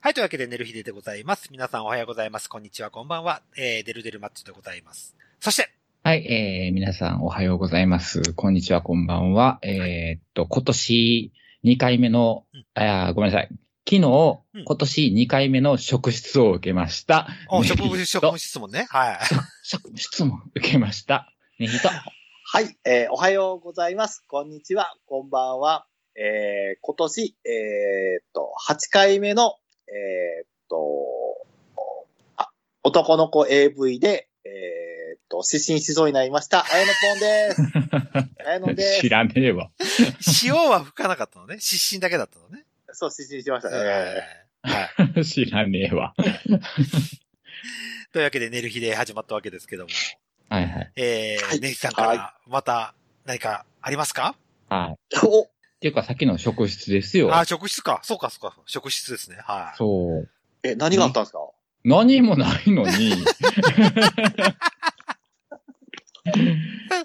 はい、というわけで、寝る日ででございます。皆さんおはようございます。こんにちは、こんばんは。えー、デルデルマッチでございます。そして、はい、えー、皆さんおはようございます。こんにちは、こんばんは。えーっと、今年2回目のうん、あーごめんなさい。昨日うん、今年2回目の職質を受けました。お、ね職務、職務質問ね。はい。職質も受けました。ねひと。はい、えーおはようございます。こんにちは、こんばんは。えー今年、えーっと、8回目の、えーっと、あ、男の子 AV で、えーっと、失神しそうになりました。あやのぽん です。あやので知らねえわ。 塩は吹かなかったのね。失神だけだったのね。す。そう、失神しましたね。はい。知らねえわ。というわけで、寝る日で始まったわけですけども、はいはい。えはー、いネヒさんから、また、何かありますかはい。っお、ていうか、さっきの職質ですよ。あ、職質か。そうか、そうか。職質ですね。はい。そう。え、何があったんですか何もないの に。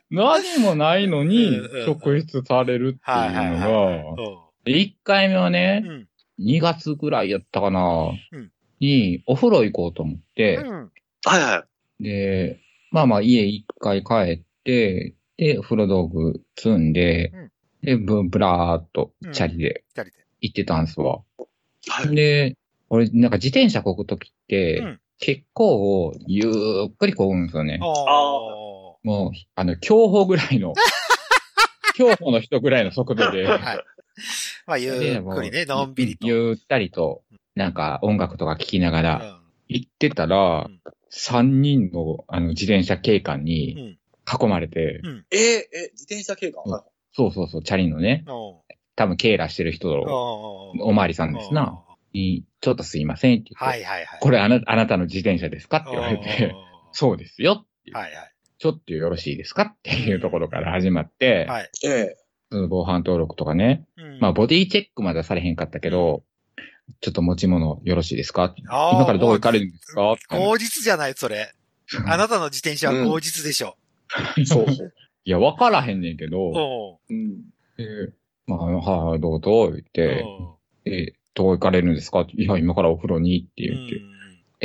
何もないのにうんうん、職質されるってはいいはいうは。のが、1回目はいうね、ん。 2月ぐらいやったかなうん、に、お風呂行こうと思っうて、ん。うん。はいはい。で、まあまあ家一回帰って、で、お風呂道具積んでうん、で、ぶ、ぶらーっとうんチャリで二人で。行ってたんすわ。はい。で、俺、なんか自転車こぐときって、うん結構、ゆっくりこぐんですよね。おもう、あの、競歩ぐら いの、競歩の人ぐらいの速度でー。、はい。まあ、ゆっくりね、のんびりと。うん。ゆったりと、なんか音楽とか聴きながら、行ってたうらん、 3人の、あの、自転車警官うにん。囲まれて、うんえーえ、自転車警官、うんそうそうそう、チャリのね、おー多分、ケーラしてる人のおーおまわりさんですな。に、ちょっとすいませんって言っはて、いはいはい。これれあなあなたの自転車ですかって言われて、 そうですよ。はいはちょっとよろしいですかっていうところから始まってい。、はい。ええその防犯登録とかね。うんまあ、ボディチェックまではされへんかったけど、ちょっと持ち物よろしいですかあー今からどこ行かれるんですか口実じゃない、それ。あなたの自転車は口実でしょ。 そう。いや、わからへんねんけど、おうん。でまあ、はい、どうぞ、言っうて、おえ、どこ行かれるんですかいや、今からお風呂にってう言って、ん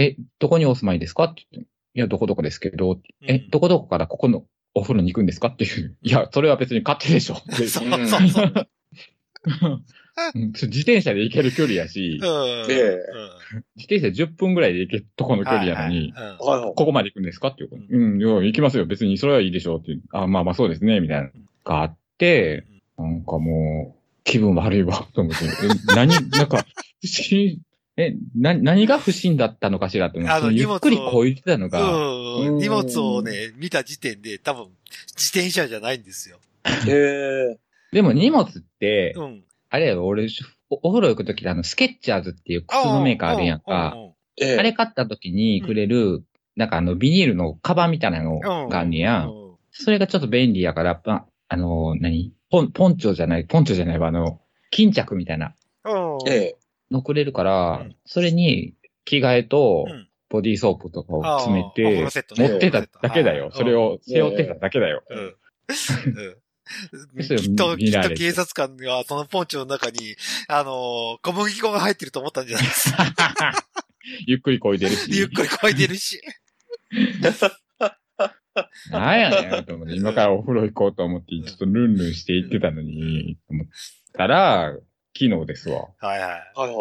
え、どこにお住まいですかって言って、いや、どこどこですけど、え、どこどこからここのお風呂に行くんですかっていう、いや、それは別に勝手でしょって そううそうそう。うん 自転車で行ける距離やし、うん。ええ自転車10分ぐらいで行けるとこの距離やのはいはに、いうんはいはい。ここまで行くんですかっていうこと。うん、いや行きますよ。別にそれはいいでしょうっていう。あ、まあまあそうですね、みたいなのがあって、なんかもう、気分悪いわ、と思って。え、何、 なんか、不審、え、な、何が不審だったのかしらって思ってあのゆっくり荷物をこう言ってたのが、うん荷物をね、見た時点で多分、自転車じゃないんですよ。ええでも荷物って、うん。あれやろ俺、おお風呂行くときあの、スケッチャーズっていう靴のメーカーあるやんか。ううええあれ買った時にくれる、なんかあの、ビニールのカバンみたいなのうん。があんねや。うんん。それがちょっと便利やから、まあ、あの、何ポン、ポンチョじゃない、ポンチョじゃないわ、あの、巾着みたいなうんええのくれるから、うんそれに着替えとうんボディーソープとかを詰めあーお風て、呂セットね持ってただけだよ。おそ風呂セットれを背負ってただけだよ。うん。うんそれをきっと、き見っられとて警察官がそのポンチョの中に、あのー小麦粉が入ってると思ったんじゃないですか。 ゆっくりこいでるゆっし。くりこいでるし。なんやねんと思って、今からお風呂行こうと思って、ちょっとルンルンして行ってたのに、と思ったら、昨日ですわ。はいはい。はいはい。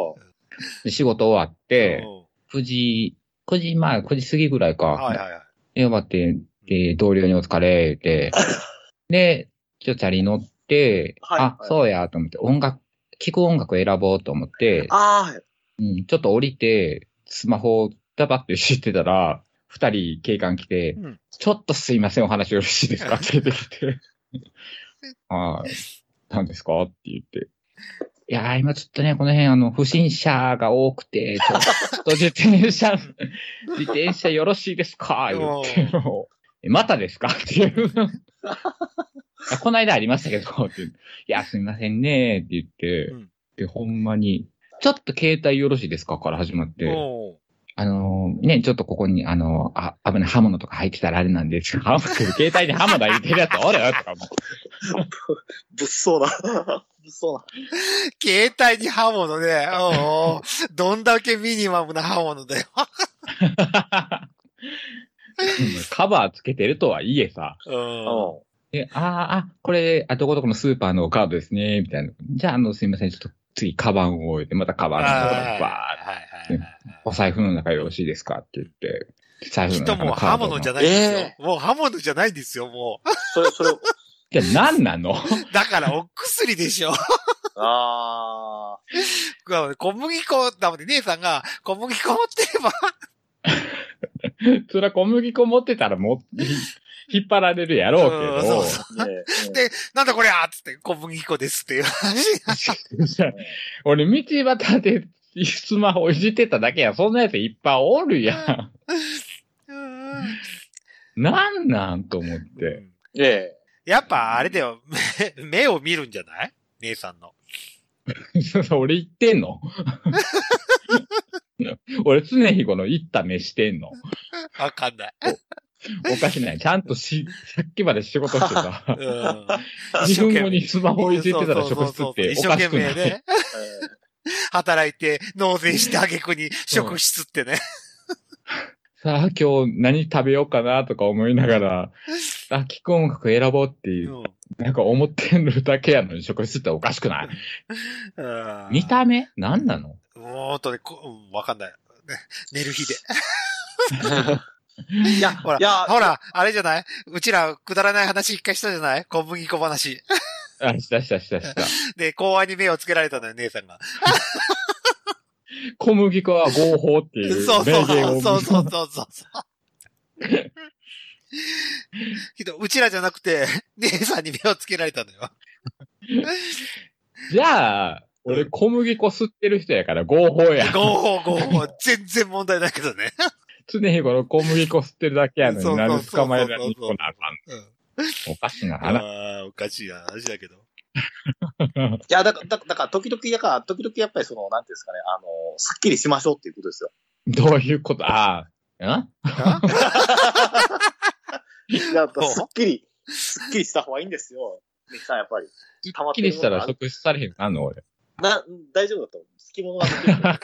で仕事終わって、うん9時、9時前、9時過ぎぐらいか。はいはいはい。で、終わって、で、同僚にお疲れ、 で、で、ちょ、チャリ乗って、はいあ、はいそうや、と思って、音楽、聴く音楽選ぼうと思って、ああ、うんちょっと降りて、スマホをダバって知ってたら、二人警官来て、うんちょっとすいません、お話よろしいですかって言ってき て、ああ、何ですかって言って。いやー、今ちょっとね、この辺、あの、不審者が多くて、ちょっと自転車、自転車よろしいですか言って、もうえまたですかって いう。いやこの間ありましたけど、っていういや、すみませんね、って言って、うんで、ほんまに、ちょっと携帯よろしいですかから始まって、おあのーね、ちょっとここに、あのーあ、危ない刃物とか入ってたらあれなんですが、 携帯に刃物入れてるやつおるよとかも。物騒な。物騒な。携帯に刃物で、おうおうどんだけミニマムな刃物だよ。 カバーつけてるとはいえさ、うん。うん。であーあ、これ、あ、どこどこのスーパーのカードですね、みたいな。じゃあ、あの、すいません、ちょっと次、カバンを置いて、またカバンのとあこーにバーッはいはいはいはいお財布の中よろしいですかって言って、財布きのっと中もうのカ刃ード物じゃの。ないですよ。えもう刃物じゃないんですよ、もそれ、それ、じゃあ何なのう。だからお薬でしょ。 あ小麦粉、だもんね、姉さんが小麦粉持ってれば、そりゃ小麦粉持ってたらもう、 引っ張られるやろうけうんそどうそあ。ねえでなんだこりゃーっつって、小麦粉ですっていう話。じゃあ 俺、道端でスマホいじってただけや。そんなやついっぱいおるやうんん。なんなんと思って。 ええやっぱあれだよ、 目目を見るんじゃない姉さんの。そう俺行ってんの 俺常日頃行った目してんの。わかんない。おかしない。ちゃん とし、さっきまで仕事してたう。ん。 自分後にスマホいじってたら職質って一お生かし懸くな命い。ね、働いて、納税してあげくに職質ってね。さあ、今日何食べようかなとか思いながら、あ、聞く音楽選ぼうっていう、うなんか思ってるだけやのに職質っておかしくないん見た目何なのもっとね、こうんわかんない。ね寝る 日で。えいや、ほらいや、ほら、あれじゃないうちらくだらない話一回したじゃない小麦粉話。あ、したしたしたした。で、公安に目をつけられたのよ、姉さんが。小麦粉は合法ってそうい うそう名言そうそを。うそうそうそう。けど、うちらじゃなくて、 姉さんに目をつけられたのよ。じゃあ、俺小麦粉吸ってる人やから合法や。合法合法。全然問題ないけどね。常日頃小麦粉吸ってるだけやのそうそにうなんそうで捕まえられそうにそうそ来うなあかんうん。のおかしな話。ああ、おかしい話だけど。いやだから、だから、だから時々、だから、時々やっぱりその、なんていうんですかね、あの、すっきりしましょうっていうことですよ。どういうことああ、んだから、すっきり、すっきりした方がいいんですよ。ミキさん、やっぱり。すっ溜まっきてるりしたら即死されへんかんの俺。な、大丈夫だと思う。好き者が好きだと思う。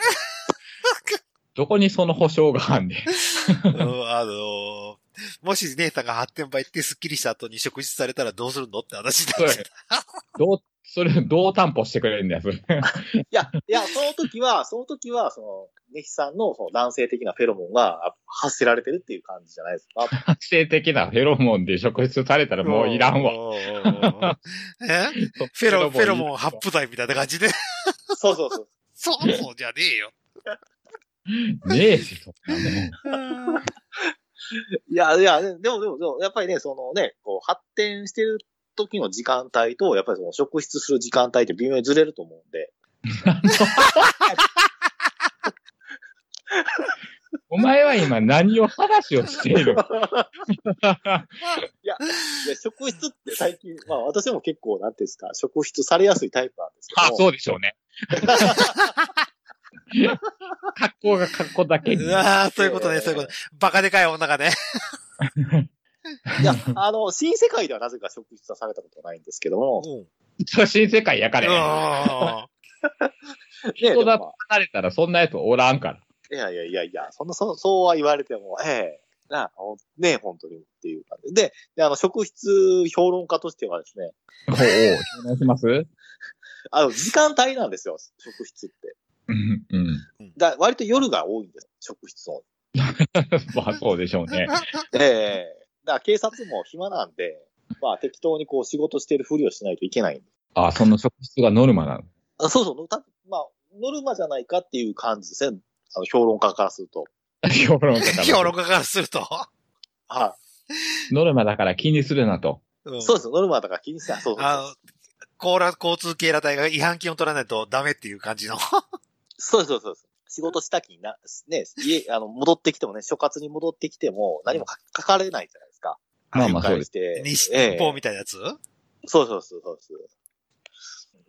どこにその保証があんねん。 うんあのーもし姉さんが発展場行ってスッキリした後に食事されたらどうするのって話だそれ、どう、それ、どう担保してくれるんだよ、それ。 いや、いや、その時は、その時は、その、ネヒさんの、その男性的なフェロモンが発せられてるっていう感じじゃないです か。発生的なフェロモンで職質されたらもういらんわ。おーおーおーえフェロ、フェロモン発布剤みたいな感じで。そうそうそう。そうそうじゃねえよ。ねえし、そんなもん。いや、いや、でも、でも、でも、やっぱりね、そのね、こう、発展してる時の時間帯と、やっぱりその、職質する時間帯って微妙にずれると思うんで。お前は今何を話をしてい るいや、職質って最近、まあ、私も結構、なんていうんですか、職質されやすいタイプなんですけど。あ、そうでしょ うね。格好が格好だけにう。わーそういうことね、そういうこと。バカでかい女がね。いや、あの、新世界ではなぜか職質はされたことないんですけども、うんそう新世界やかうれ。 んね、で人もまだあと離れたらそんなやつおらんから。いやいやいやいや、そんな、そそうは言われても、ええなあ、ほんねえ、本当にっていう感じで。で、であの、職質評論家としてはですね、おうおう、お願いしますあの、時間帯なんですよ、職質って。うん。うん。 だ割と夜が多いんです、職質の。まあそうでしょうね。ええだから警察も暇なんで、まあ適当にこう仕事してるふりをしないといけないんで。あ、その職質がノルマなの。あそうそう、たまあ、ノルマじゃないかっていう感じですね、あの、評論家からすると。 評論家から評論家からすると。はノルマだから気にするなと。うい。んそうです、ノルマだから気にしてない、そうそうそうあの、コーラ、交通警ら隊が違反金を取らないとダメっていう感じの。そうそうそうそう。仕事したきにな、ね、家、あの、戻ってきてもね、所轄に戻ってきても、何も書書かれないじゃないですか。まあまあ理解して日ええ報みたいなやつ、そうそうそうそうそう。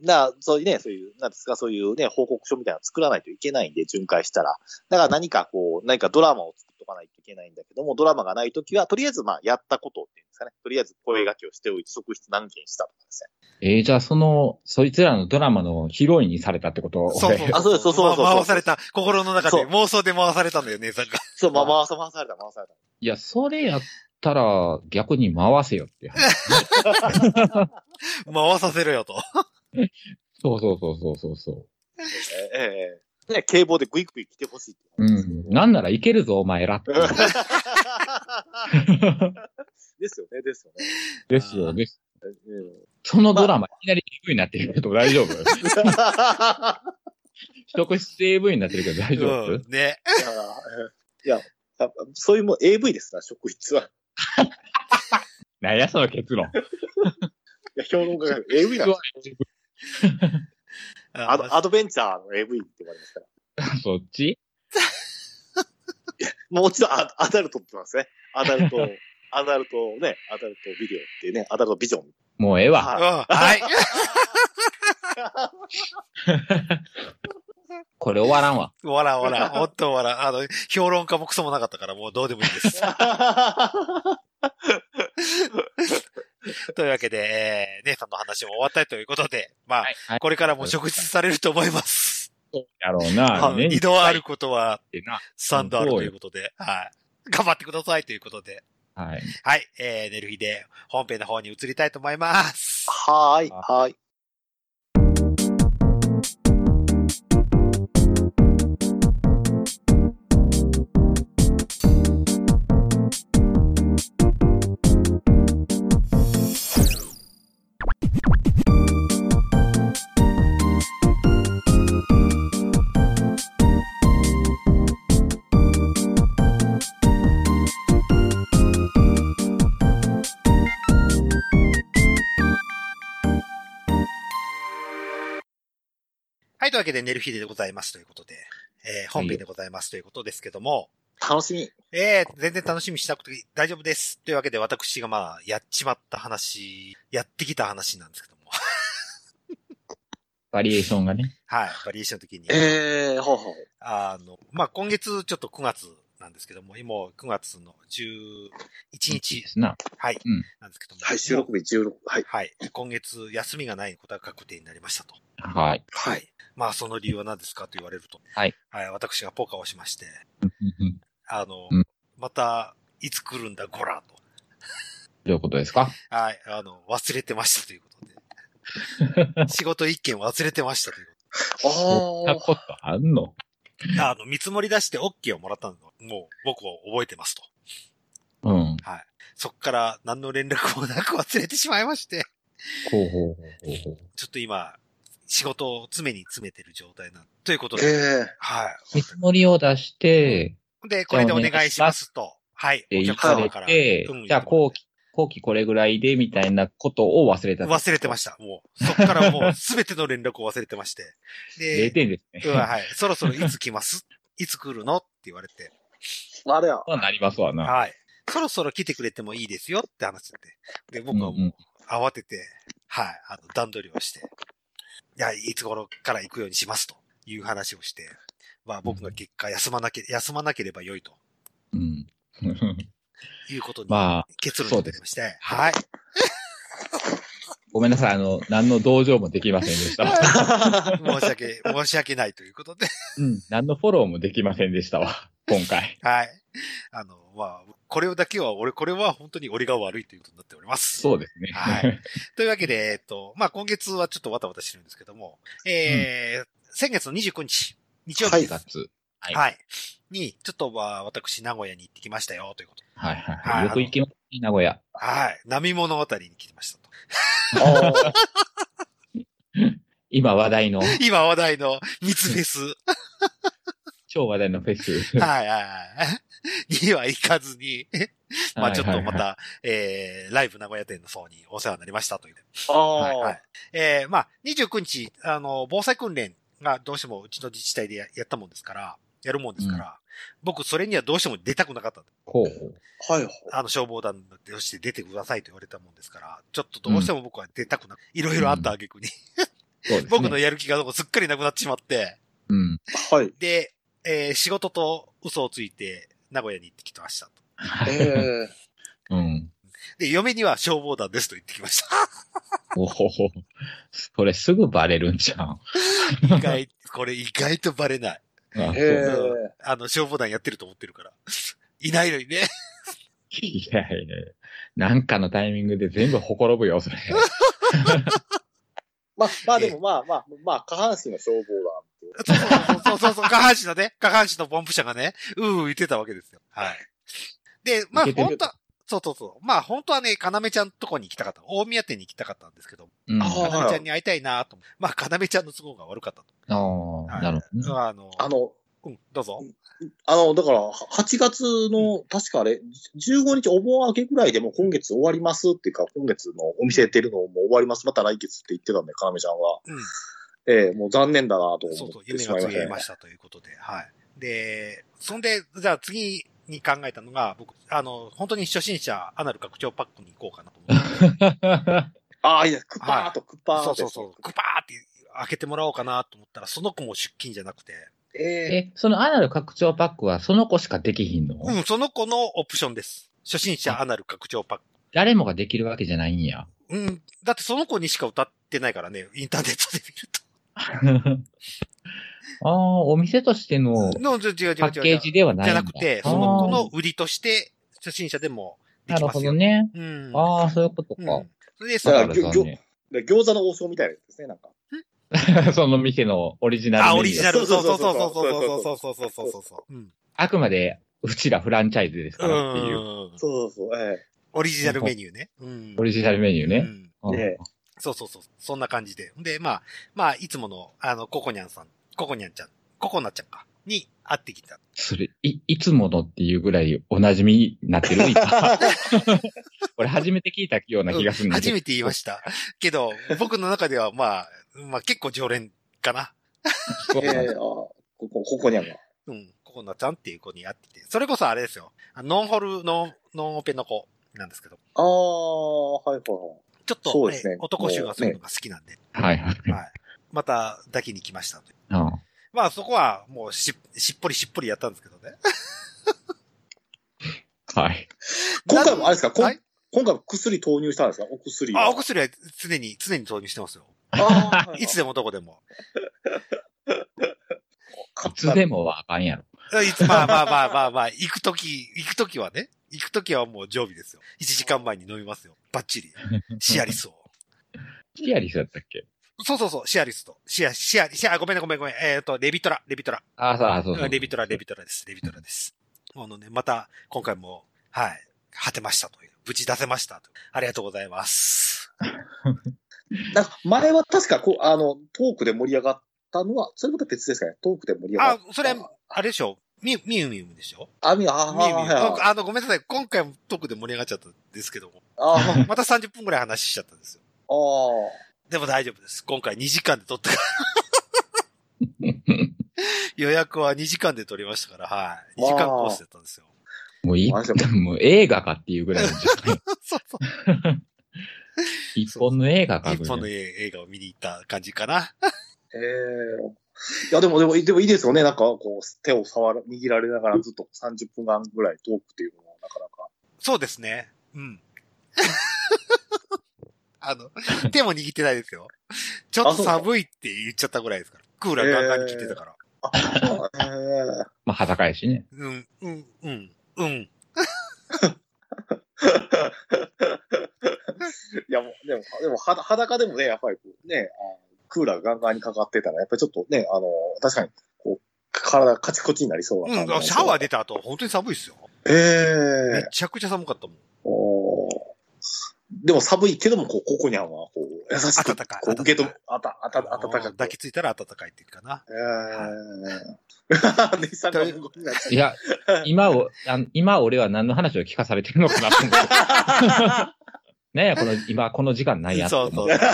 だから、そういうね、そういう、なんですか、そういうね、報告書みたいなの作らないといけないんで、巡回したら。だから何かこう、何かドラマを作っとかないといけないんだけども、ドラマがないときは、とりあえずまあ、やったことっていうんですかね。とりあえず声掛けをしておいて、職質何件したとかですね。えーじゃあその、そいつらのドラマのヒロインにされたってことそうそう。俺あそうそうそうそうそうま回された。心の中そうで、妄想で回されたんだよ、姉さんが。そう、まあ、は回さ、回された、回された。いや、それやったら逆に回せよって 話。回させろよと。そうそうそうそうそうそええええね、警棒でグイグイ来てほしいってう。うん。なんならいけるぞ、お前ら って。ですよね、ですよね。ですよ、です。うんそのドラマ、いきなり AV になってるけど大丈夫 一口 AV になってるけど大丈夫、うん、ね。いやいや、やっぱそういうもん AV ですな、職質は。なんやその 結論。いや、評論家が AV なんですよアドアドベンチャーの AV って言われますから。そっちもちろんアアダルトって言いますね。アダル ト、アダルトね、アダルトビデオっていうね、アダルトビ ジョン。もうええわ。うはんいはい。これ終わらんわ。わらわら、ほんとわら。あの、評論家もクソもなかったから、もうどうでもいいです。 というわけで、えー、姉さんの話も終わったということで、まあ、い。はい、これからも食事されると思います。やろうな。はい年に二っ度あることはてな。三度あるということで、はい。頑張ってくださいということで、はい。はい。えー、寝る日で本編の方に移りたいと思います。はーい、はーい。はい。というわけで、寝る日でございますということで、えー、本編でございますということですけども、楽しみ。えー、全然楽しみにしなくて大丈夫です。というわけで、私がまあ、やっちまった話、やってきた話なんですけども、バリエーションがね。はい。バリエーション的に。ええほうほう。あの、まあ、今月ちょっと9月なんですけども、今9月の11日で、すな。はい、うんなんですけども。はい、収録日16。はい。はい。今月休みがないことが確定になりましたと。。はい。はいまあ、その理由は何ですかと言われると。はい。はい。私がポカをしまして、うんあの、うんまた、いつ来るんだ、ゴラと。どういうことですかはい。あの、忘れてましたという ことで。仕事一件忘れてましたというこそんなあことあんのとで。あの、見積もり出して OK をもらったのを、もう僕は覚えてますと。うん。そっから何の連絡もなく忘れてしまいまして。ほうほうほうほうほう。ちょっと今、仕事を詰めに詰めてる状態なんということあ。で。えは見積もりを出して、い。で、これでお願いしますと。はい。で、お行客か様れから。てうん、じゃあ後期、後期これぐらいでみたいなことを忘れた。忘れてました。もう、そっからもう、 すべての連絡を忘れてまして。 0で、点ですね。うんはい。そろそろいつ来ますいつ来るのって言われて。えあれ や。そうなりますわな。はい。そろそろ来てくれてもいいですよって話になって。で、僕はうんう、もうん慌てて、はい、あの、段取りをして、いや、いつ頃から行くようにしますという話をして、まあ僕が結果休まなけ、休まなければ良いとうん。 いうことにまあ、結論になりまして、 はい。ごめんなさい。あの、何の同情もできませんでし たわ。申し訳、 申し訳ないということで、 うん。何のフォローもできませんでしたわ。今回。はい。あの、まあ、これだけは、俺、これは本当に俺が悪いということになっております。そうですね。はい。というわけで、えっと、まあ、今月はちょっとわたわたしてるんですけども、えー先月の29日、日曜日はでい4す。はい。 月。はいに、ちょっとまあ、私、名古屋に行ってきましたよ、ということで。はいはいははいい。よく行きますね、名古屋。はい。波物語に来てましたと。今話題の、今話題の密フェス。超話題のフェス。はいはいはい。には行かずに、 まあちょっとまはいはいはい。た、えー、ライブ名古屋店の方にお世話になりましたという。あはいはあい。。えー、まあ29日、あの、防災訓練がどうしてもうちの自治体でややったもんですから、やるもんですから、僕それにはどうしても出たくなかった。こう。はい。あの消防団として出てくださいと言われたもんですから、ちょっとどうしても僕は出たくなく、いろいろあった挙句に。そうですね。 僕のやる気がどうもすっかりなくなってしまって、うん。はい。で、えー仕事と嘘をついて、名古屋に行ってきましたと。えうん。で、嫁には消防団ですと言ってきま した。おほほ。それすぐバレるんじゃん。あ意外、これ意外とバレない。そうえ。えあの、消防団やってると思ってるから。いないのにね。いやいやいやなんかのタイミングで全部ほころぶよ、それ。まあ、まあでもまあまあ、まあ、下半身の消防団っていう。そうそうそうそうそう、下半身のね、下半身のポンプ車がね、うーうー言ってたわけですよ。はい。で、まあいけてる本当は、そうそうそう。まあ本当はね、かなめちゃんとこに行きたかった。大宮店に行きたかったんですけど、うん。あかーなめちゃんに会いたいなと。まあかなめちゃんの都合が悪かったと。あはあ、いなるほどね。あの、あの、うん、どうぞ。あの、だから、は8月の、確かあれ、15日お盆明けぐらいでもう今月終わりますっていうか、今月のお店出るのもう終わります、また来月って言ってたんで、かなめちゃんは。うん。ええもう残念だなとそうそ思うっ、て夢しまがいつましいたまね。したということで、はい。で、そんで、じゃあ次に考えたのが、僕、あの、本当に初心者、アナル拡張パックに行こうかなと思って。 ああ、いや、クッパーとクッパーそうとそうそう。クパーって開けてもらおうかなと思ったら、その子も出勤じゃなくて、ええ え、そのアナル拡張パックはその子しかできひんの、うん、その子のオプションです。初心者アナル拡張パック。誰もができるわけじゃないん や。うん、だってその子にしか歌ってないからね、インターネットで見ると。ああ、お店としてのの、違う違う違う違う。パッケージではないじんゃだなくて、その子あの売りとして、初心者でもでーなきるまほすどよ。ね。うん。ああ、そういうことうか。ん。それで、そだのかだかららぎ残ょぎょ念で餃子の王将みたいなやつですね、なんか。 その店のオリジナルメニあ、ュー。オリジナル。そそうそうそうそうそううそうそそううそうそうそうそうそう。うん。あくまで、うちらフランチャイズですからっていう。うんそうそうそう、えオリジナルメニューね。うん。オリジナルメニューうね。んうんえそうそうそう。そんな感じで。で、まあ、まあ、いつもの、あの、ココニャンさん、ココニャンちゃん、ココナちゃんか、に会ってきた。それ、い、いつものっていうぐらいお馴染みになってる 俺初めて聞いたような気がするんだけ初ど。めて言いました。けど、僕の中では、まあ、まあ結構常連かな。えええあここ、ここにあるうん。ココナちゃんっていう子に会ってきて。それこそあれですよ。あノンホル、ノン、ノンオペの子なんですけど。ああ、はいはい。ちょっそと、うですねえ男衆がそういうのが好きなんで。はいはい。はい。また抱きに来ましたという。あまあそこはもうししっぽりしっぽりやったんですけどね。あはい。今回もあれですかこんはい今回も薬投入したんですかお薬を。あ、お薬は常に、常に投入してますよ。あーいつでもどこでも。いつでもはあかんやろ。いつ、まあまあまあまあまあ、行くとき、行くときはね、行くときはもう常備ですよ。1時間前に飲みますよ。バッチリ。シアリスを。シアリスだったっけそうそうそう、シアリスと。シア、シア、シア、ごめんねごめんごめん。えっ、と、レビトラ、レビトラ。ああ、そうあそうそう。レビトラ、レビトラです。レビトラです。あのね、また、今回も、はい、果てましたという。無事出せましたと。ありがとうございます。なんか前は確かこう、あの、トークで盛り上がったのは、それまた別ですかねトークで盛り上があった。、それ、あれでしょみ、みゆみゆでしょあ、みあ、みあゆはいみゆ。はいあの、ごめんなさい。今回もトークで盛り上がっちゃったんですけども。あーまた30分くらい話しちゃったんですよ。あー。でも大丈夫です。今回2時間で撮ったから。予約は2時間で撮りましたから、はい。2時間コースだったんですよ。もういい、 もう映画かっていうぐらいの時 間。そうそう。一本の映画かぐ一ら本いのの。映画を見に行った感じかな。ええいや、でも、でも、でもいいですよね。なんか、こう、手を触る、握られながらずっと30分間ぐらいトークっていうのは、なかなか。そうですね。うん。あの、手も握ってないですよ。ちょっと寒いって言っちゃったぐらいですから。クーラーガンガンに切ってたから。えまあ、裸やしね。うん、うん、うん、うん。えいや、もう、でも、でも、は裸でもね、やっぱりこう、ね、あのクーラーガンガンにかかってたら、やっぱりちょっとね、あの、確かに、こう、体カチコチになりそうなう感ん、じ、シャワーで。出た後、本当に寒いですよ。ええめちゃくちゃ寒かったもん。おーでも寒いけども、こう、ココニャンは、こう、優しく、暖かいこう、受け止め、あた、あた、あの暖かく。抱きついたら暖かいっていうかな。えー。ネイさんが無言になっち いや、今を、あの今俺は何の話を聞かされてるのかなと思って。ゃ うなんや、この、今、この時間ないやとそ思っうてそう。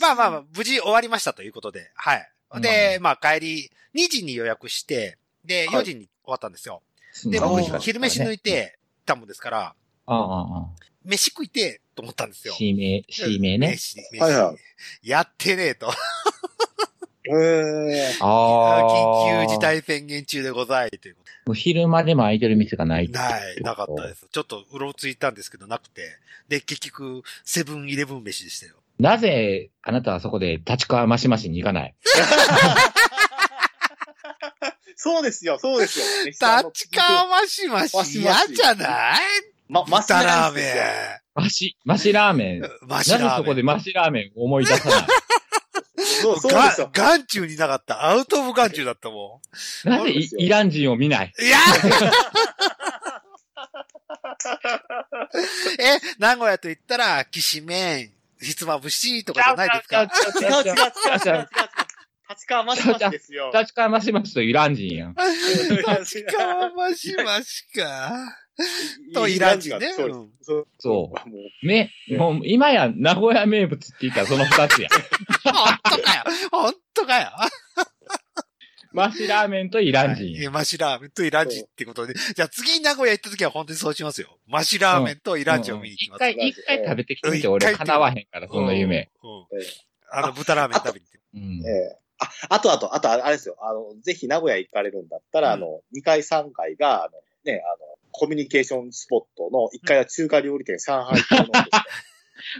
まあまあまあ、無事終わりましたということで、はい。で、まあ帰り、2時に予約して、で、は4い時に終わったんですよ。うんで、あ僕そうなんですか、昼飯抜い。てたもんですから、ああ、あ飯食いて、と思ったんですあよ。指名、指名ね。飯、飯はいはいやってねえと。えああ。緊急事態宣言中でございというこお昼までも空いてる店がないと。ない、なかったです。ちょっとうろついたんですけど、なくて。で、結局、セブンイレブン飯でしたよ。なぜ、あなたはそこで立川マシマシに行かないそうですよ、そうですよ。立川マシマシマシ嫌マシじゃないま、マス豚ララーーメメマシ、マシラーメン。なぜン。マシラーメン。そこでマシラーメンを思い 出さないン。そう、そうでがすよ。眼中になかった。アウトオブ眼中だったもなぜイイラン人を見 ないん。 いやえ、名古屋と言ったら、きしめん、ひつまぶしとかじゃないですか違う違う違う違う 違う違う。立川マシマシですよ。立川マシマシとイラン人やん。立川マシマシか。いいとイラン人ね。そううんですそうそもうう。ね、もう今や名古屋名物って言ったらその 二つや。本当かよ。本当かよ。マシラーメンとイラン人や。えマシラーメンとイランジってことで。じゃあ次に名古屋行った時は本当にそうしますよ。マシラーメンとイランジを見に行き一ます。回、一回食べてきてみて、うん俺叶わへんから、そんな夢。うん。ええあの、豚ラーメン食べに行って。うんえ。えあ、あとあと、あとあれですよ。あの、ぜひ名古屋行かれるんだったら、うんあの、2階3階が、あの、ね、あの、コミュニケーションスポットの1階は中華料理店上海亭のですね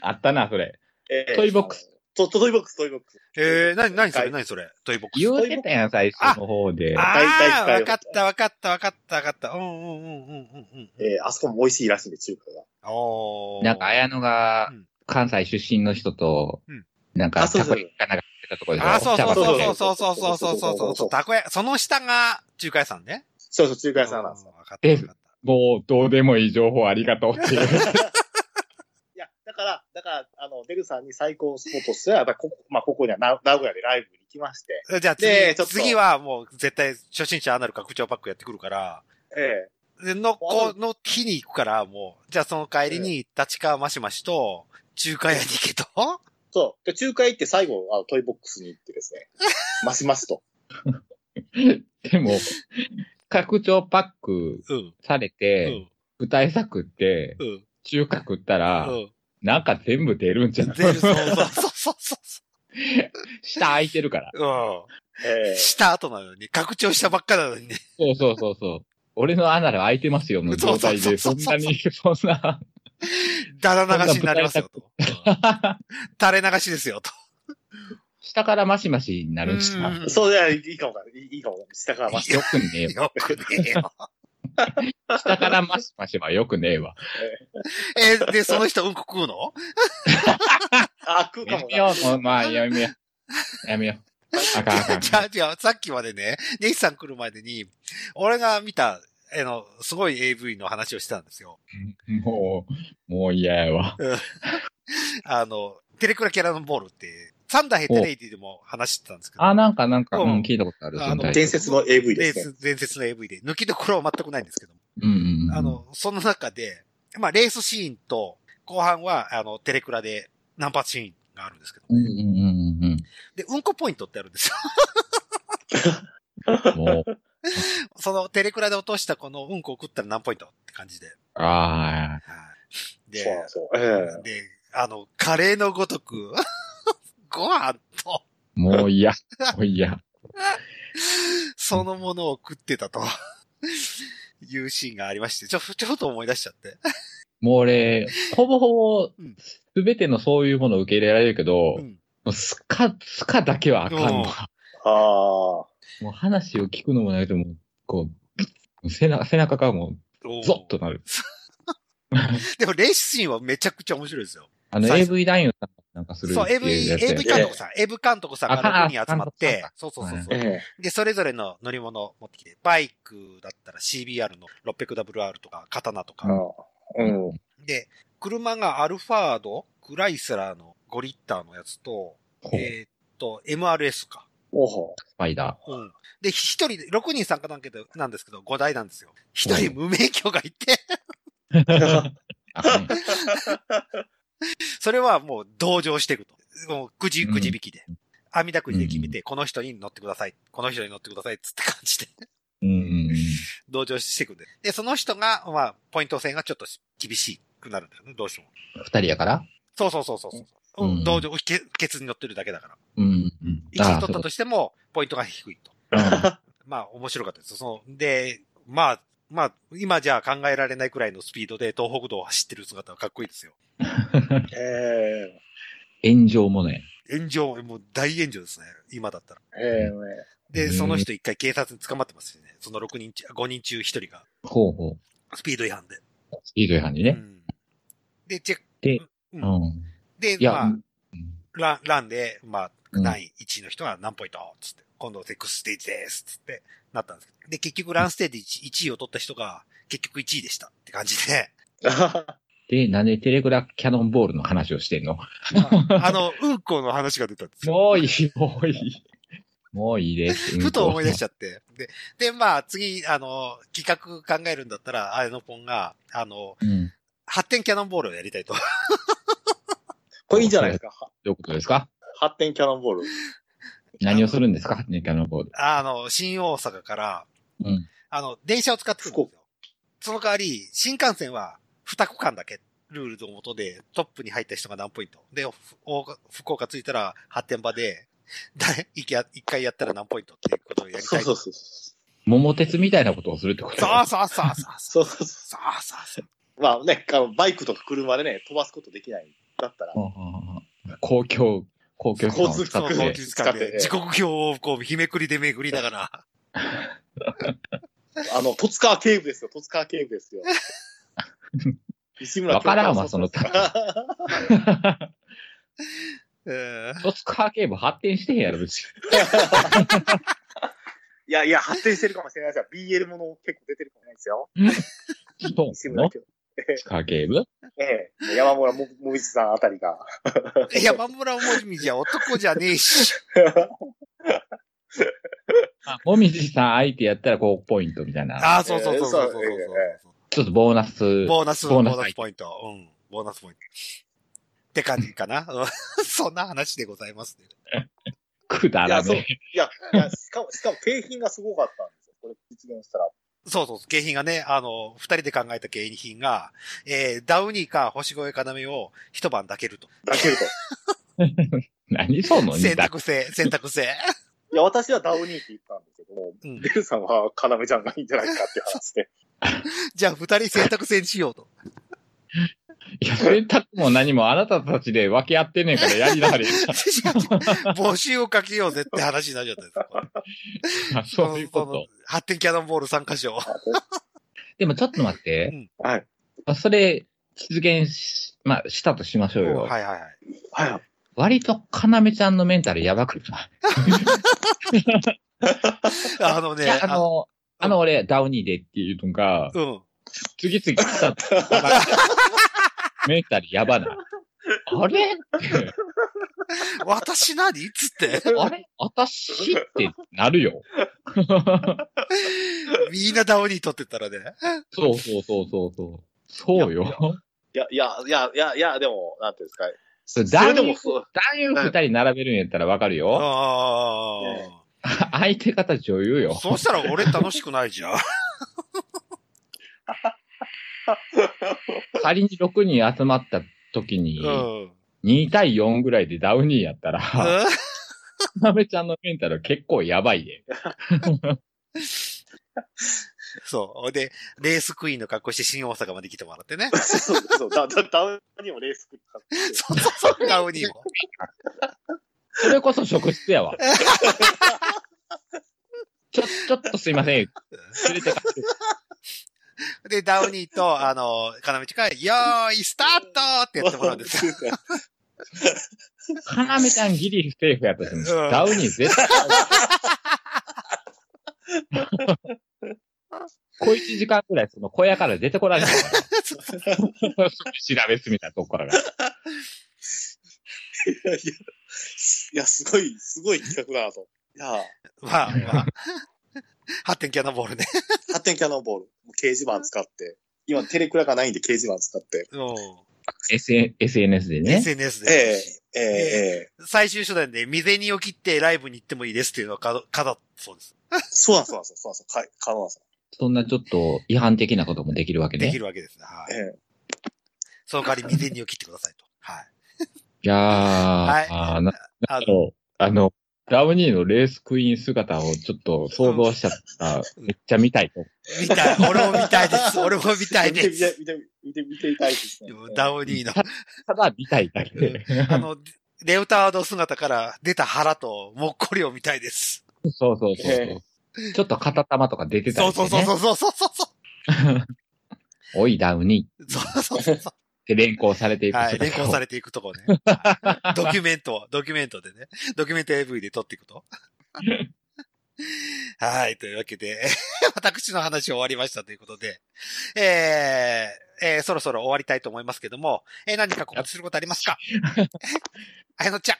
あったな、それ。ええトイボックス。と、トイボックス、トイボックス。えー、なになにそれはいなにそれトイボックス。言うてたやん、最初の方で。ああ、大わ体使えるかったわかったわかったわかった。うんうんうんうんうんうん。ええあそこも美味しいらしいんで、中華が。おー。なんか、綾野がうん関西出身の人とうん、なんか、あたそうこそう焼きかなんかしてたとこでしょあ、そうそうそうそうそうそうそうそうそうたこや、その下が中華屋さんね。そうそう、中華屋さんなんですよ。わかったわかった。もう、どうでもいい情報ありがとうっ ていう。いや、だから、だから、あの、デルさんに最高スポットとしては、やっぱりここ、まあ、ここにはな名古屋でライブに行きまして、じゃあ次、でちょっと次はもう絶対初心者アナル拡張パックやってくるから、えでの、あこの日に行くから、もう、じゃあその帰りに立川マシマシと中華屋に行けとえそう。で、中華行って最後、あの、トイボックスに行ってですね、マシマシと。でも、拡張パックうん。されうて、ん。舞台作ってう、ん。中華食ったらう、ん。なんか全部出るんじゃん。出る、そうそうそうそうそ下空いてるから。う。うええん。した後なのに、拡張したばっかなのにね。そうそうそうそう。俺のアナル空いてますよの状態で、そそうそうそんなうそうに、そんな、だだ流しになりますよと。うん垂れ流しですよと。下からマシマシになるんしうな。んそう、いや、いいかもわかんないいいかもわかんない下からマシ。よくねえよ。よくねえよ。下からマシマシはよくねえわ。えで、その人うんこ食うの あ、食うかやもめよな。う、もうまあ、やめよう。やめよう。あかんあかんあじかゃん。あ、じゃあ、さっきまでね、ネイさん来るまでに、俺が見た、あの、すごい AV の話をしてたんですよ。もう、もう嫌やわ。あの、テレクラキャラのボールって、サンダーヘッドレイディでも話してたんですけど、あ、なんか、なんか、ううんん、聞いたことある。あのそのタイトル伝説の AV ですね。伝伝説の AV で、抜きどころは全くないんですけど、うんうんうん。あの、その中で、まあ、レースシーンと、後半は、あの、テレクラでナンパシーンがあるんですけど、うんうんうんうんで、うんこポイントってあるんですよ。うん。もう、その、テレクラで落としたこのうんこを食ったら何ポイントって感じで。ああ、はいそうなでんで、すよ。ええで、あの、カレーのごとく、 ご飯と、もう嫌。もう嫌。そのものを食ってたと、いうシーンがありまして、ちょ、ちょっと思い出しちゃって。もう俺、ほぼほぼうん、すべてのそういうものを受け入れられるけど、うもん。うスカ、スカだけはあかんうんわ。ああ。もう話を聞くのもないと、もう、こう、背中、背中がもおう、ーゾッとなる。でも、レースシーンはめちゃくちゃ面白いですよ。あの、最初 AV 男優さんがなんかするそう、って AV、いうやつ AV で。監督さん、AV 監督さんが6人集まっあ監督てさん、そうそうそうそう。ええで、それぞれの乗り物を持ってきて、バイクだったら CBR の 600WR とか、刀とあか。のうん。で、車がアルファード、クライスラーの5リッターのやつと、ほうえーっと、MRS か。おほ。スパイダうん。で、一人で、6人参加なんけど、なんですけど、5台なんですよ。一人無免許がいて、 ー。あかんそれはもう同情していくと。もう、くじ、うんくじ引きで。網だくじで決めて、この人に乗ってください。この人に乗ってください。つって感じで。 うんうん同情してくるんで。で、その人が、まあ、ポイント制がちょっと厳しくなるんだよね、どうしても。うん。二人やからそうそうそうそうそう。ううんん、同情、けケツに乗ってるだけだから。うんうん。 1位ー取ったとしても、ポイントが低いと。まあ、面白かったです。その、で、まあ、まあ、今じゃ考えられないくらいのスピードで東北道を走ってる姿はかっこいいですよ。そうかえ炎上もね。炎上、もう大炎上ですね。今だったら。えええで、うんその人一回警察に捕まってますしね。その6人中、5人中1人が、ほうほう。スピード違反で。スピード違反にうね。ん、で、チェック、うう。んんいで、や、まうあん、ラン、ランで、まあ、うん何位、1位の人が何ポイントつって、今度セックスステージですつって、なったんですけど。で、結局ランステージ 1, 位を取った人が、結局1位でしたって感じで、で、なんでテレグラキャノンボールの話をしてんの あの、うんこの話が出たんですよ。もういい、もういい。もういいです。ふと思い出しちゃちゃって。で、で、まあ、次、あの、企画考えるんだったら、あやのぽんが、あの、うん。ど発展キャノンボールをやりたいと。 これいいんじゃないですか。はういうことですか発展キャノンボール。何をするんですかねキャノンボール。あの、新大阪から、うん。あの、電車を使ってくるんですよ。その代わり、新幹線は2区間だけ、ルールのもとで、トップに入った人が何ポイント。で、ふ大岡福岡着いたら発展場で、誰一回一回やったら何ポイントっていうことをやりそたうい。そそううそう。桃鉄みたいなことをするってことそうそうそうそう。そうそうそそうそうそう。う。まあね、あのバイクとか車でね、飛ばすことできないんだったら。うんうんうん公共、公共機関を使っそう、そうて気。遣って、時刻表をこう、日めくりでめぐりなが ら。あの、戸塚警部ですよ、戸塚警部ですよ。石村わからんわ京太郎そのさんうんトスカーケーブ発展してへんやろ、別に。いやいや、発展してるかもしれないですよ。BL もの結構出てるかもしれないです よ。ど石う村の京スカーケーブええ、山村ももみじさんあたりが。山村もみじゃ男じゃねえ し。あもみじさん相手やったら5ポイントみたいな。ああ、そうそうそうそうそうそうそう。ちょっとボーナス。ボーナス、ボボーーナスナスポイント。うん。ボーナスポイント。って感じかな。 うんそんな話でございます、ね。くだらいやそうねえ。いや、いやしかも、しかも景品がすごかったんですよ。これ実現したら。そうそう、景品がね、あの、二人で考えた景品が、えー、ダウニーか星越え要を一晩抱けると。だけると。何その選択制、選択制。 いや、私はダウニーって言ったんですけども、うんベルさんはカナメちゃんがいいんじゃないかっていう話で。じゃあ二人選択制にしようと。 いや、選択も何もあなたたちで分け合ってんねえからやりな はれ。募集をかけようぜって話になっちゃったんですよこれあそういうこそのと。発展キャノンボール参加賞。でもちょっと待って。はい。まあそれ、実現し、まあ、したとしましょうはいよ。はいはい。はい。割と、かなめちゃんのメンタルやばくないあのいね、や、あの、あの俺、ダウニーでっていうのが、あうん。次々来た メンタルやばない。あれ って私何つ って。あれ私ってなるよ。みんなダウニー取ってったらね。そうそうそうそうそう。そうよ。いや、いや、いや、いや、いや、でも、なんていうんですか。それそれ男で優も、、そう男優二人並べるんやったらわかるよ。あえ相手方女優あ。よ。そうしたら俺楽しくないじゃん。仮に6人集まった時に、うん。 2対4ぐらいでダウニーやったら、かなめちゃんのメンタル結構やばいで。そう。で、レースクイーンの格好して新大阪まで来てもらってね。そうそう、ダダダウニーもレースク買っ て。そうそうそう、ダウニーも。それこそ職質や わ。ちょ、ちょっとすいません。連れてかで、ダウニーと、あの、金道から、よーい、スタートってやってもらうんですよ。 かなめちゃんギリセーフやったし、んダウニー絶対。小一時間くらい、その小屋から出てこられないから。調べ済みたいなとこからが。いやいやいや、すごい、すごい企画だなと。いや、 まあまあ。発展キャノンボールね。発展キャノンボール、もう掲示板使って、今テレクラがないんで掲示板使って、うん。 SN SNS でね。 SNS えで。えええええ最終手段で、未銭を切ってライブに行ってもいいですっていうのはか、かだ、そうです。そうなんそうなんそうなんそうか可能なんですよそんなちょっと違反的なこともできるわけね。できるわけですね。はえい。えその代わり未然にを切ってくださいと。はい。いやー、はいあーなああの、あの、ダウニーのレースクイーン姿をちょっと想像しちゃった。めっちゃ見たいと。見たい。俺も見たいです。俺も見たいで見てす。、見て、見て、見ていたいですね。ダウニーの、ただ見たいだけで。あの、レオタード姿から出た腹と、もっこりを見たいです。 そうそうそうえそう。ちょっと片玉とか出てたそりうそして、うね。そうそうそうそうそう。おい、ダウニーっそうそうそうそ。て連行されていうくはい。連行されれていくと こね。はいドキュメントを、ドキュメントでね。ドキュメント AV で撮っていくと。はい。というわけで、 私の話終わりましたということで、えー、えー、そろそろ終わりたいと思いますけども、えー、何か告知することあります かあやのちゃん。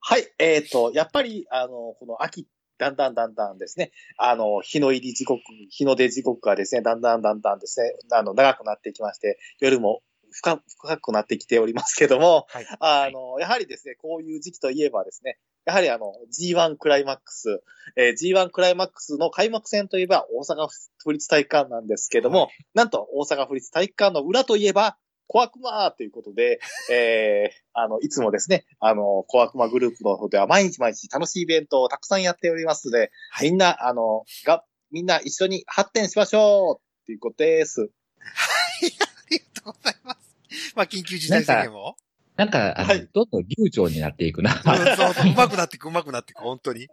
はい、えっ、と、やっぱり、あの、この秋、だんだんだんだんですね、あの、日の入り時刻、日の出時刻がですね、だんだんだんだんですね、あの、長くなってきまして、夜も深深くなってきておりますけども、はい。あの、やはりですね、こういう時期といえばですね、やはりあの、G1 クライマックス、えー G1 クライマックスの開幕戦といえば大阪府立体育館なんですけども、なんと大阪府立体育館の裏といえば、小悪魔ということで、えー、あの、いつもですね、あの、小悪魔グループの方では毎日毎日楽しいイベントをたくさんやっておりますので、はいみんな、あの、が、みんな一緒に発展しましょうっていうことです。ありがとうございます。まあ、緊急事態宣言も。なんか、あのはいどんどん流暢になっていくうな。んそうそう、うまくなっていく、うまくなっていく、本当に。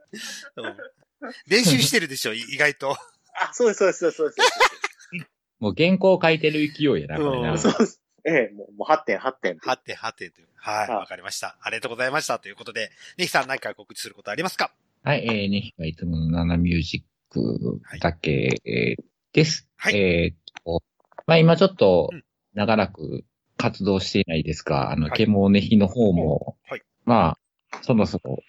うん練習してるでしょ、い意外と。あ、そうです、そうです、そうです。もう原稿書いてる勢いやな、これうな。んそうです。ええもう、もう発展、発展。はてはてという。はい、はいわかりました。ありがとうございました。ということで、ネヒさん何か告知することありますかはい、えー、ね、いつものナナミュージックだけ、えーです。はいえーっと、まあ今ちょっとうん、長らく活動していないですが、あの、はいケモネヒの方も、はいまあ、そろそろ、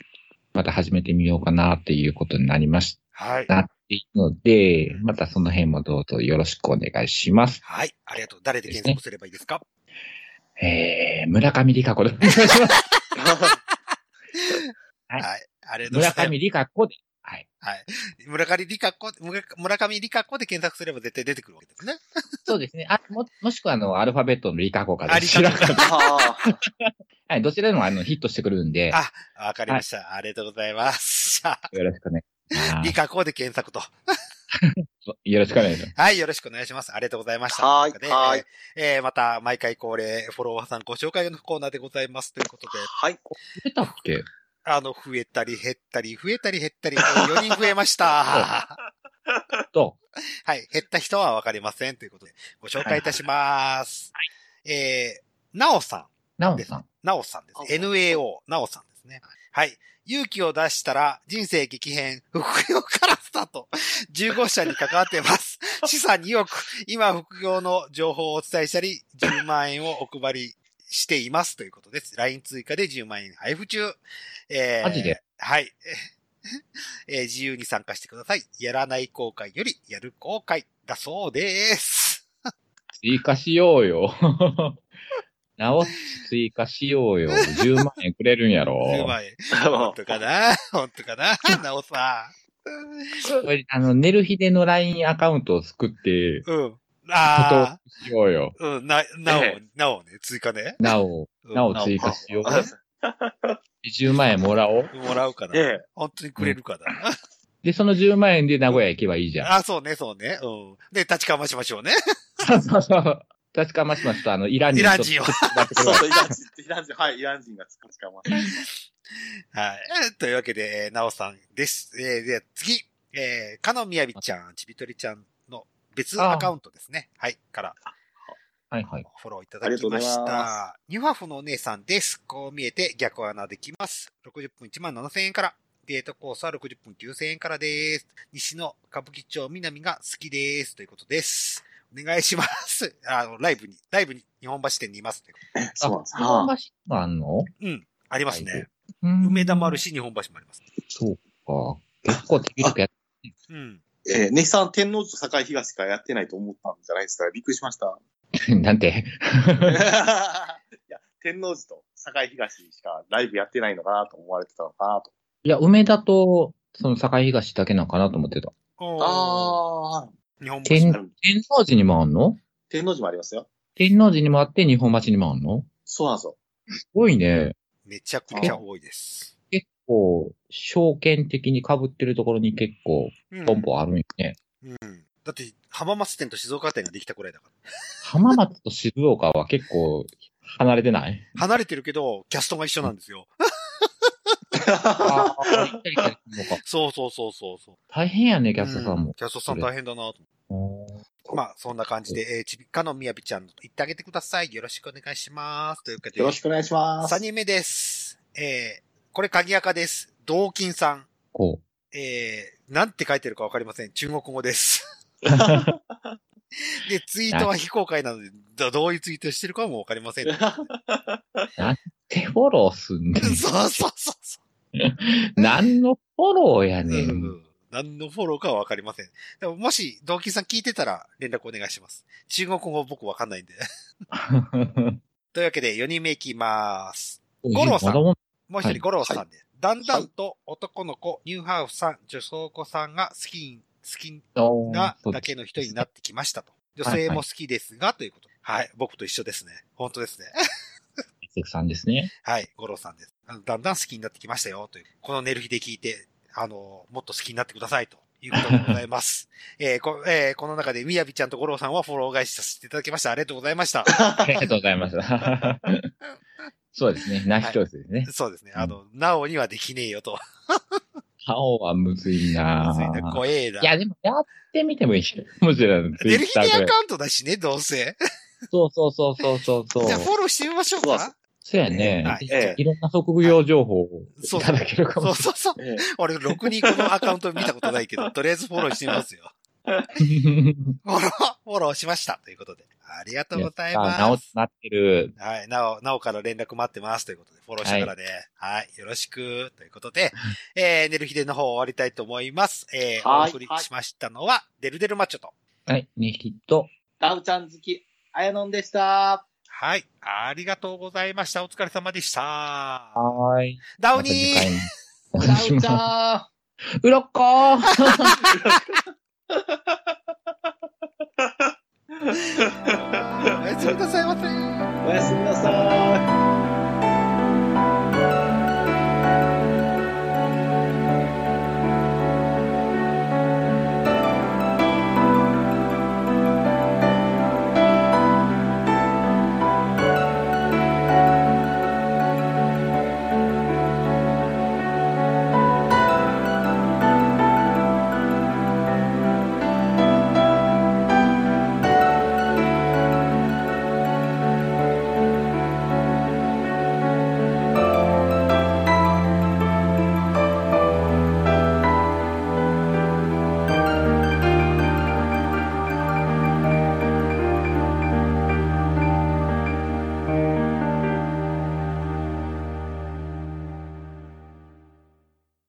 また始めてみようかなっていうことになりましはい。たっていうのでう、んまたその辺もどうぞよろしくお願いします。はい、ありがとう。誰で検索すればいいですかえー、村上理香 子でお願いします。はいはい。ありがとうござい村ます。上理香子で、はい。村上理香子、村村上理香子で検索すれば絶対出てくるわけですね。そうですね。あ、も、もしくはあの、アルファベットの理香子かあど理ち香ら子か。ああ。はい、どちらでもあの、ヒットしてくるんで。わかりました。ありがとうございます。じゃあ、よろしくね。理香子で検索と。よろしくお願いします。はい、よろしくお願いします。ありがとうございました。はいとうことではいえーまた、毎回恒例、フォロワーさんご紹介のコーナーでございます。ということで、はい。出たっけあの、増えたり減ったり、増えたり減ったり、4人増えました。はと、い、減った人はわかりません。ということで、ご紹介いたします。えー、なおさナオンさん。ん、なおさんです。NAO、なおさんですね。はい。勇気を出したら人生激変、副業からスタート。15社に関わって ます。資産2億。今、副業の情報をお伝えしたり、10万円をお配りしていますということです。LINE 追加で10万円配布中。えーマジではい。 えー自由に参加してください。やらない後悔よりやる後悔だそうです。追加しようよ。 ナオ追加しようよ。10万円くれるんやろ。 10万円。本当かな本当か ななおさこれあの、寝る日での LINE アカウントを作っん。て、うん。ああ。しようよ。うん、な、なおえ、なおね、追加ね。なお、うんなお追加しよあう。10万円もらおう。もらうかな。え本当にくれるかな。で、その10万円で名古屋行けばいいじゃん。 あ、そうね、そうね。うん。で、立ちかましましょうね。 そうそうそう。確かましましと、あの、イラン人イラン人をちょっと手伝ってくえ。れそるうそう、イラン人、イラン人、はい、イラン人がつかつかまえ はい。えーというわけで、えーなおさんです。えーで、次、えー、かのみやびちゃん、ちびとりちゃんの別アカウントですね。はい。から、はいはい。フォローいただきまありがしとうございた。ニュファフのお姉さんです。こう見えて逆穴できます。60分1万7000円から。デートコースは60分9000円からです。西の歌舞伎町南が好きです。ということです。お願いします。 あの、ライブに、ライブに日本橋店にいます。そうなんです日本橋もあんのうん。ありますね。うん梅田もあるし、日本橋もあります。そうか。結構手広くやっうん。ええ、ネヒさん、天皇と堺東からやってないと思ったんじゃないですか。びっくりしました。て、なんて。 いや、天皇寺と堺東しかライブやってないのかなと思われてたのかなと。いや、梅田とその境東だけなんかなと思ってた。ああ。ああ、日本橋。天かに天王寺にもあんの天王寺もありますよ。天王寺にもあって日本橋にもあんのそうなんですよ。すごいね。めちゃくちゃ多いです。結構、証券的に被ってるところに結構、うんポンポンあるんよね。うん。だって、浜松店と静岡店ができたくらいだから。浜松と静岡は結構離れ てない離れてるけど、キャストが一緒なんですよ。ああ、行ったり来たりするのかそうそうそうそうそう。大変やね、キャストさんうも。キャストさん大変だなと。まあ、そんな感じで、えー、ちびっかのみやびちゃん、言ってあげてください。よろしくお願いします。ということで、よろしくお願いします。 3人目です。えー、これ、鍵垢です。同金さん。こえー、なんて書いてるかわかりません。中国語 です。で、ツイートは非公開なので、どどういうツイートしてるかもわかりま せん。そうう、手フォローす んねそうそうそん。何のフォローやう。ね。うんん何のフォローかはわかりません。でももし、同金さん聞いてたら連絡お願いします。中国語僕わかんないんで。というわけで、4人目いきます。 五郎さんまだももう一人、はい五郎さんです。だんだんと男の子、ニューハーフさん、女装子さんが好き、好きおーなそうだけの人になってきましたと。女はい性も好きですが、ということ。はい、僕と一緒ですね。本当ですね。 関さんですね。はい、五郎さんです。あのだんだん好きになってきましたよ、という。この寝る日で聞いて、あの、もっと好きになってください、ということでござい ます。えーこ、えーこの中で、みやびちゃんと五郎さんはフォロー返しさせていただきました。ありがとうございま した。ありがとうございました。 そうですね。ナイスチョイスですね。そうですね。あの、なおにはできねえよ、と。顔はむずいなむずいな怖えな。いや、でも、やってみてもいいかもしれない。寝る日でアで。カウントだしね、どうせ。そうそうそうそうそうそうじゃあ。フォローしてみましょうそうか。そうやね。はいええいろんな職業情報をいそうただけるかそもう そうそう。ええ俺、6人このアカウント見たことないけど、とりあえずフォローしてみますよ。フォロー、フォローしました。ということで。ありがとうございま直す。なってる。はい。なお、なおから連絡待ってます。ということで、フォローしてからね。はい。よろしく。ということで、えー、寝る日での方終わりたいと思います。えー、はおい送りしましたのは、デルデルマッチョと。はい、2匹と、ダウちゃん好き、あやのんでした。はい。ありがとうございました。お疲れ様でした。はーい。ダウまたニー次回におダ願いしウまちす。ゃうろっこーおやすみなさいませ。 ん、おやすみなさい。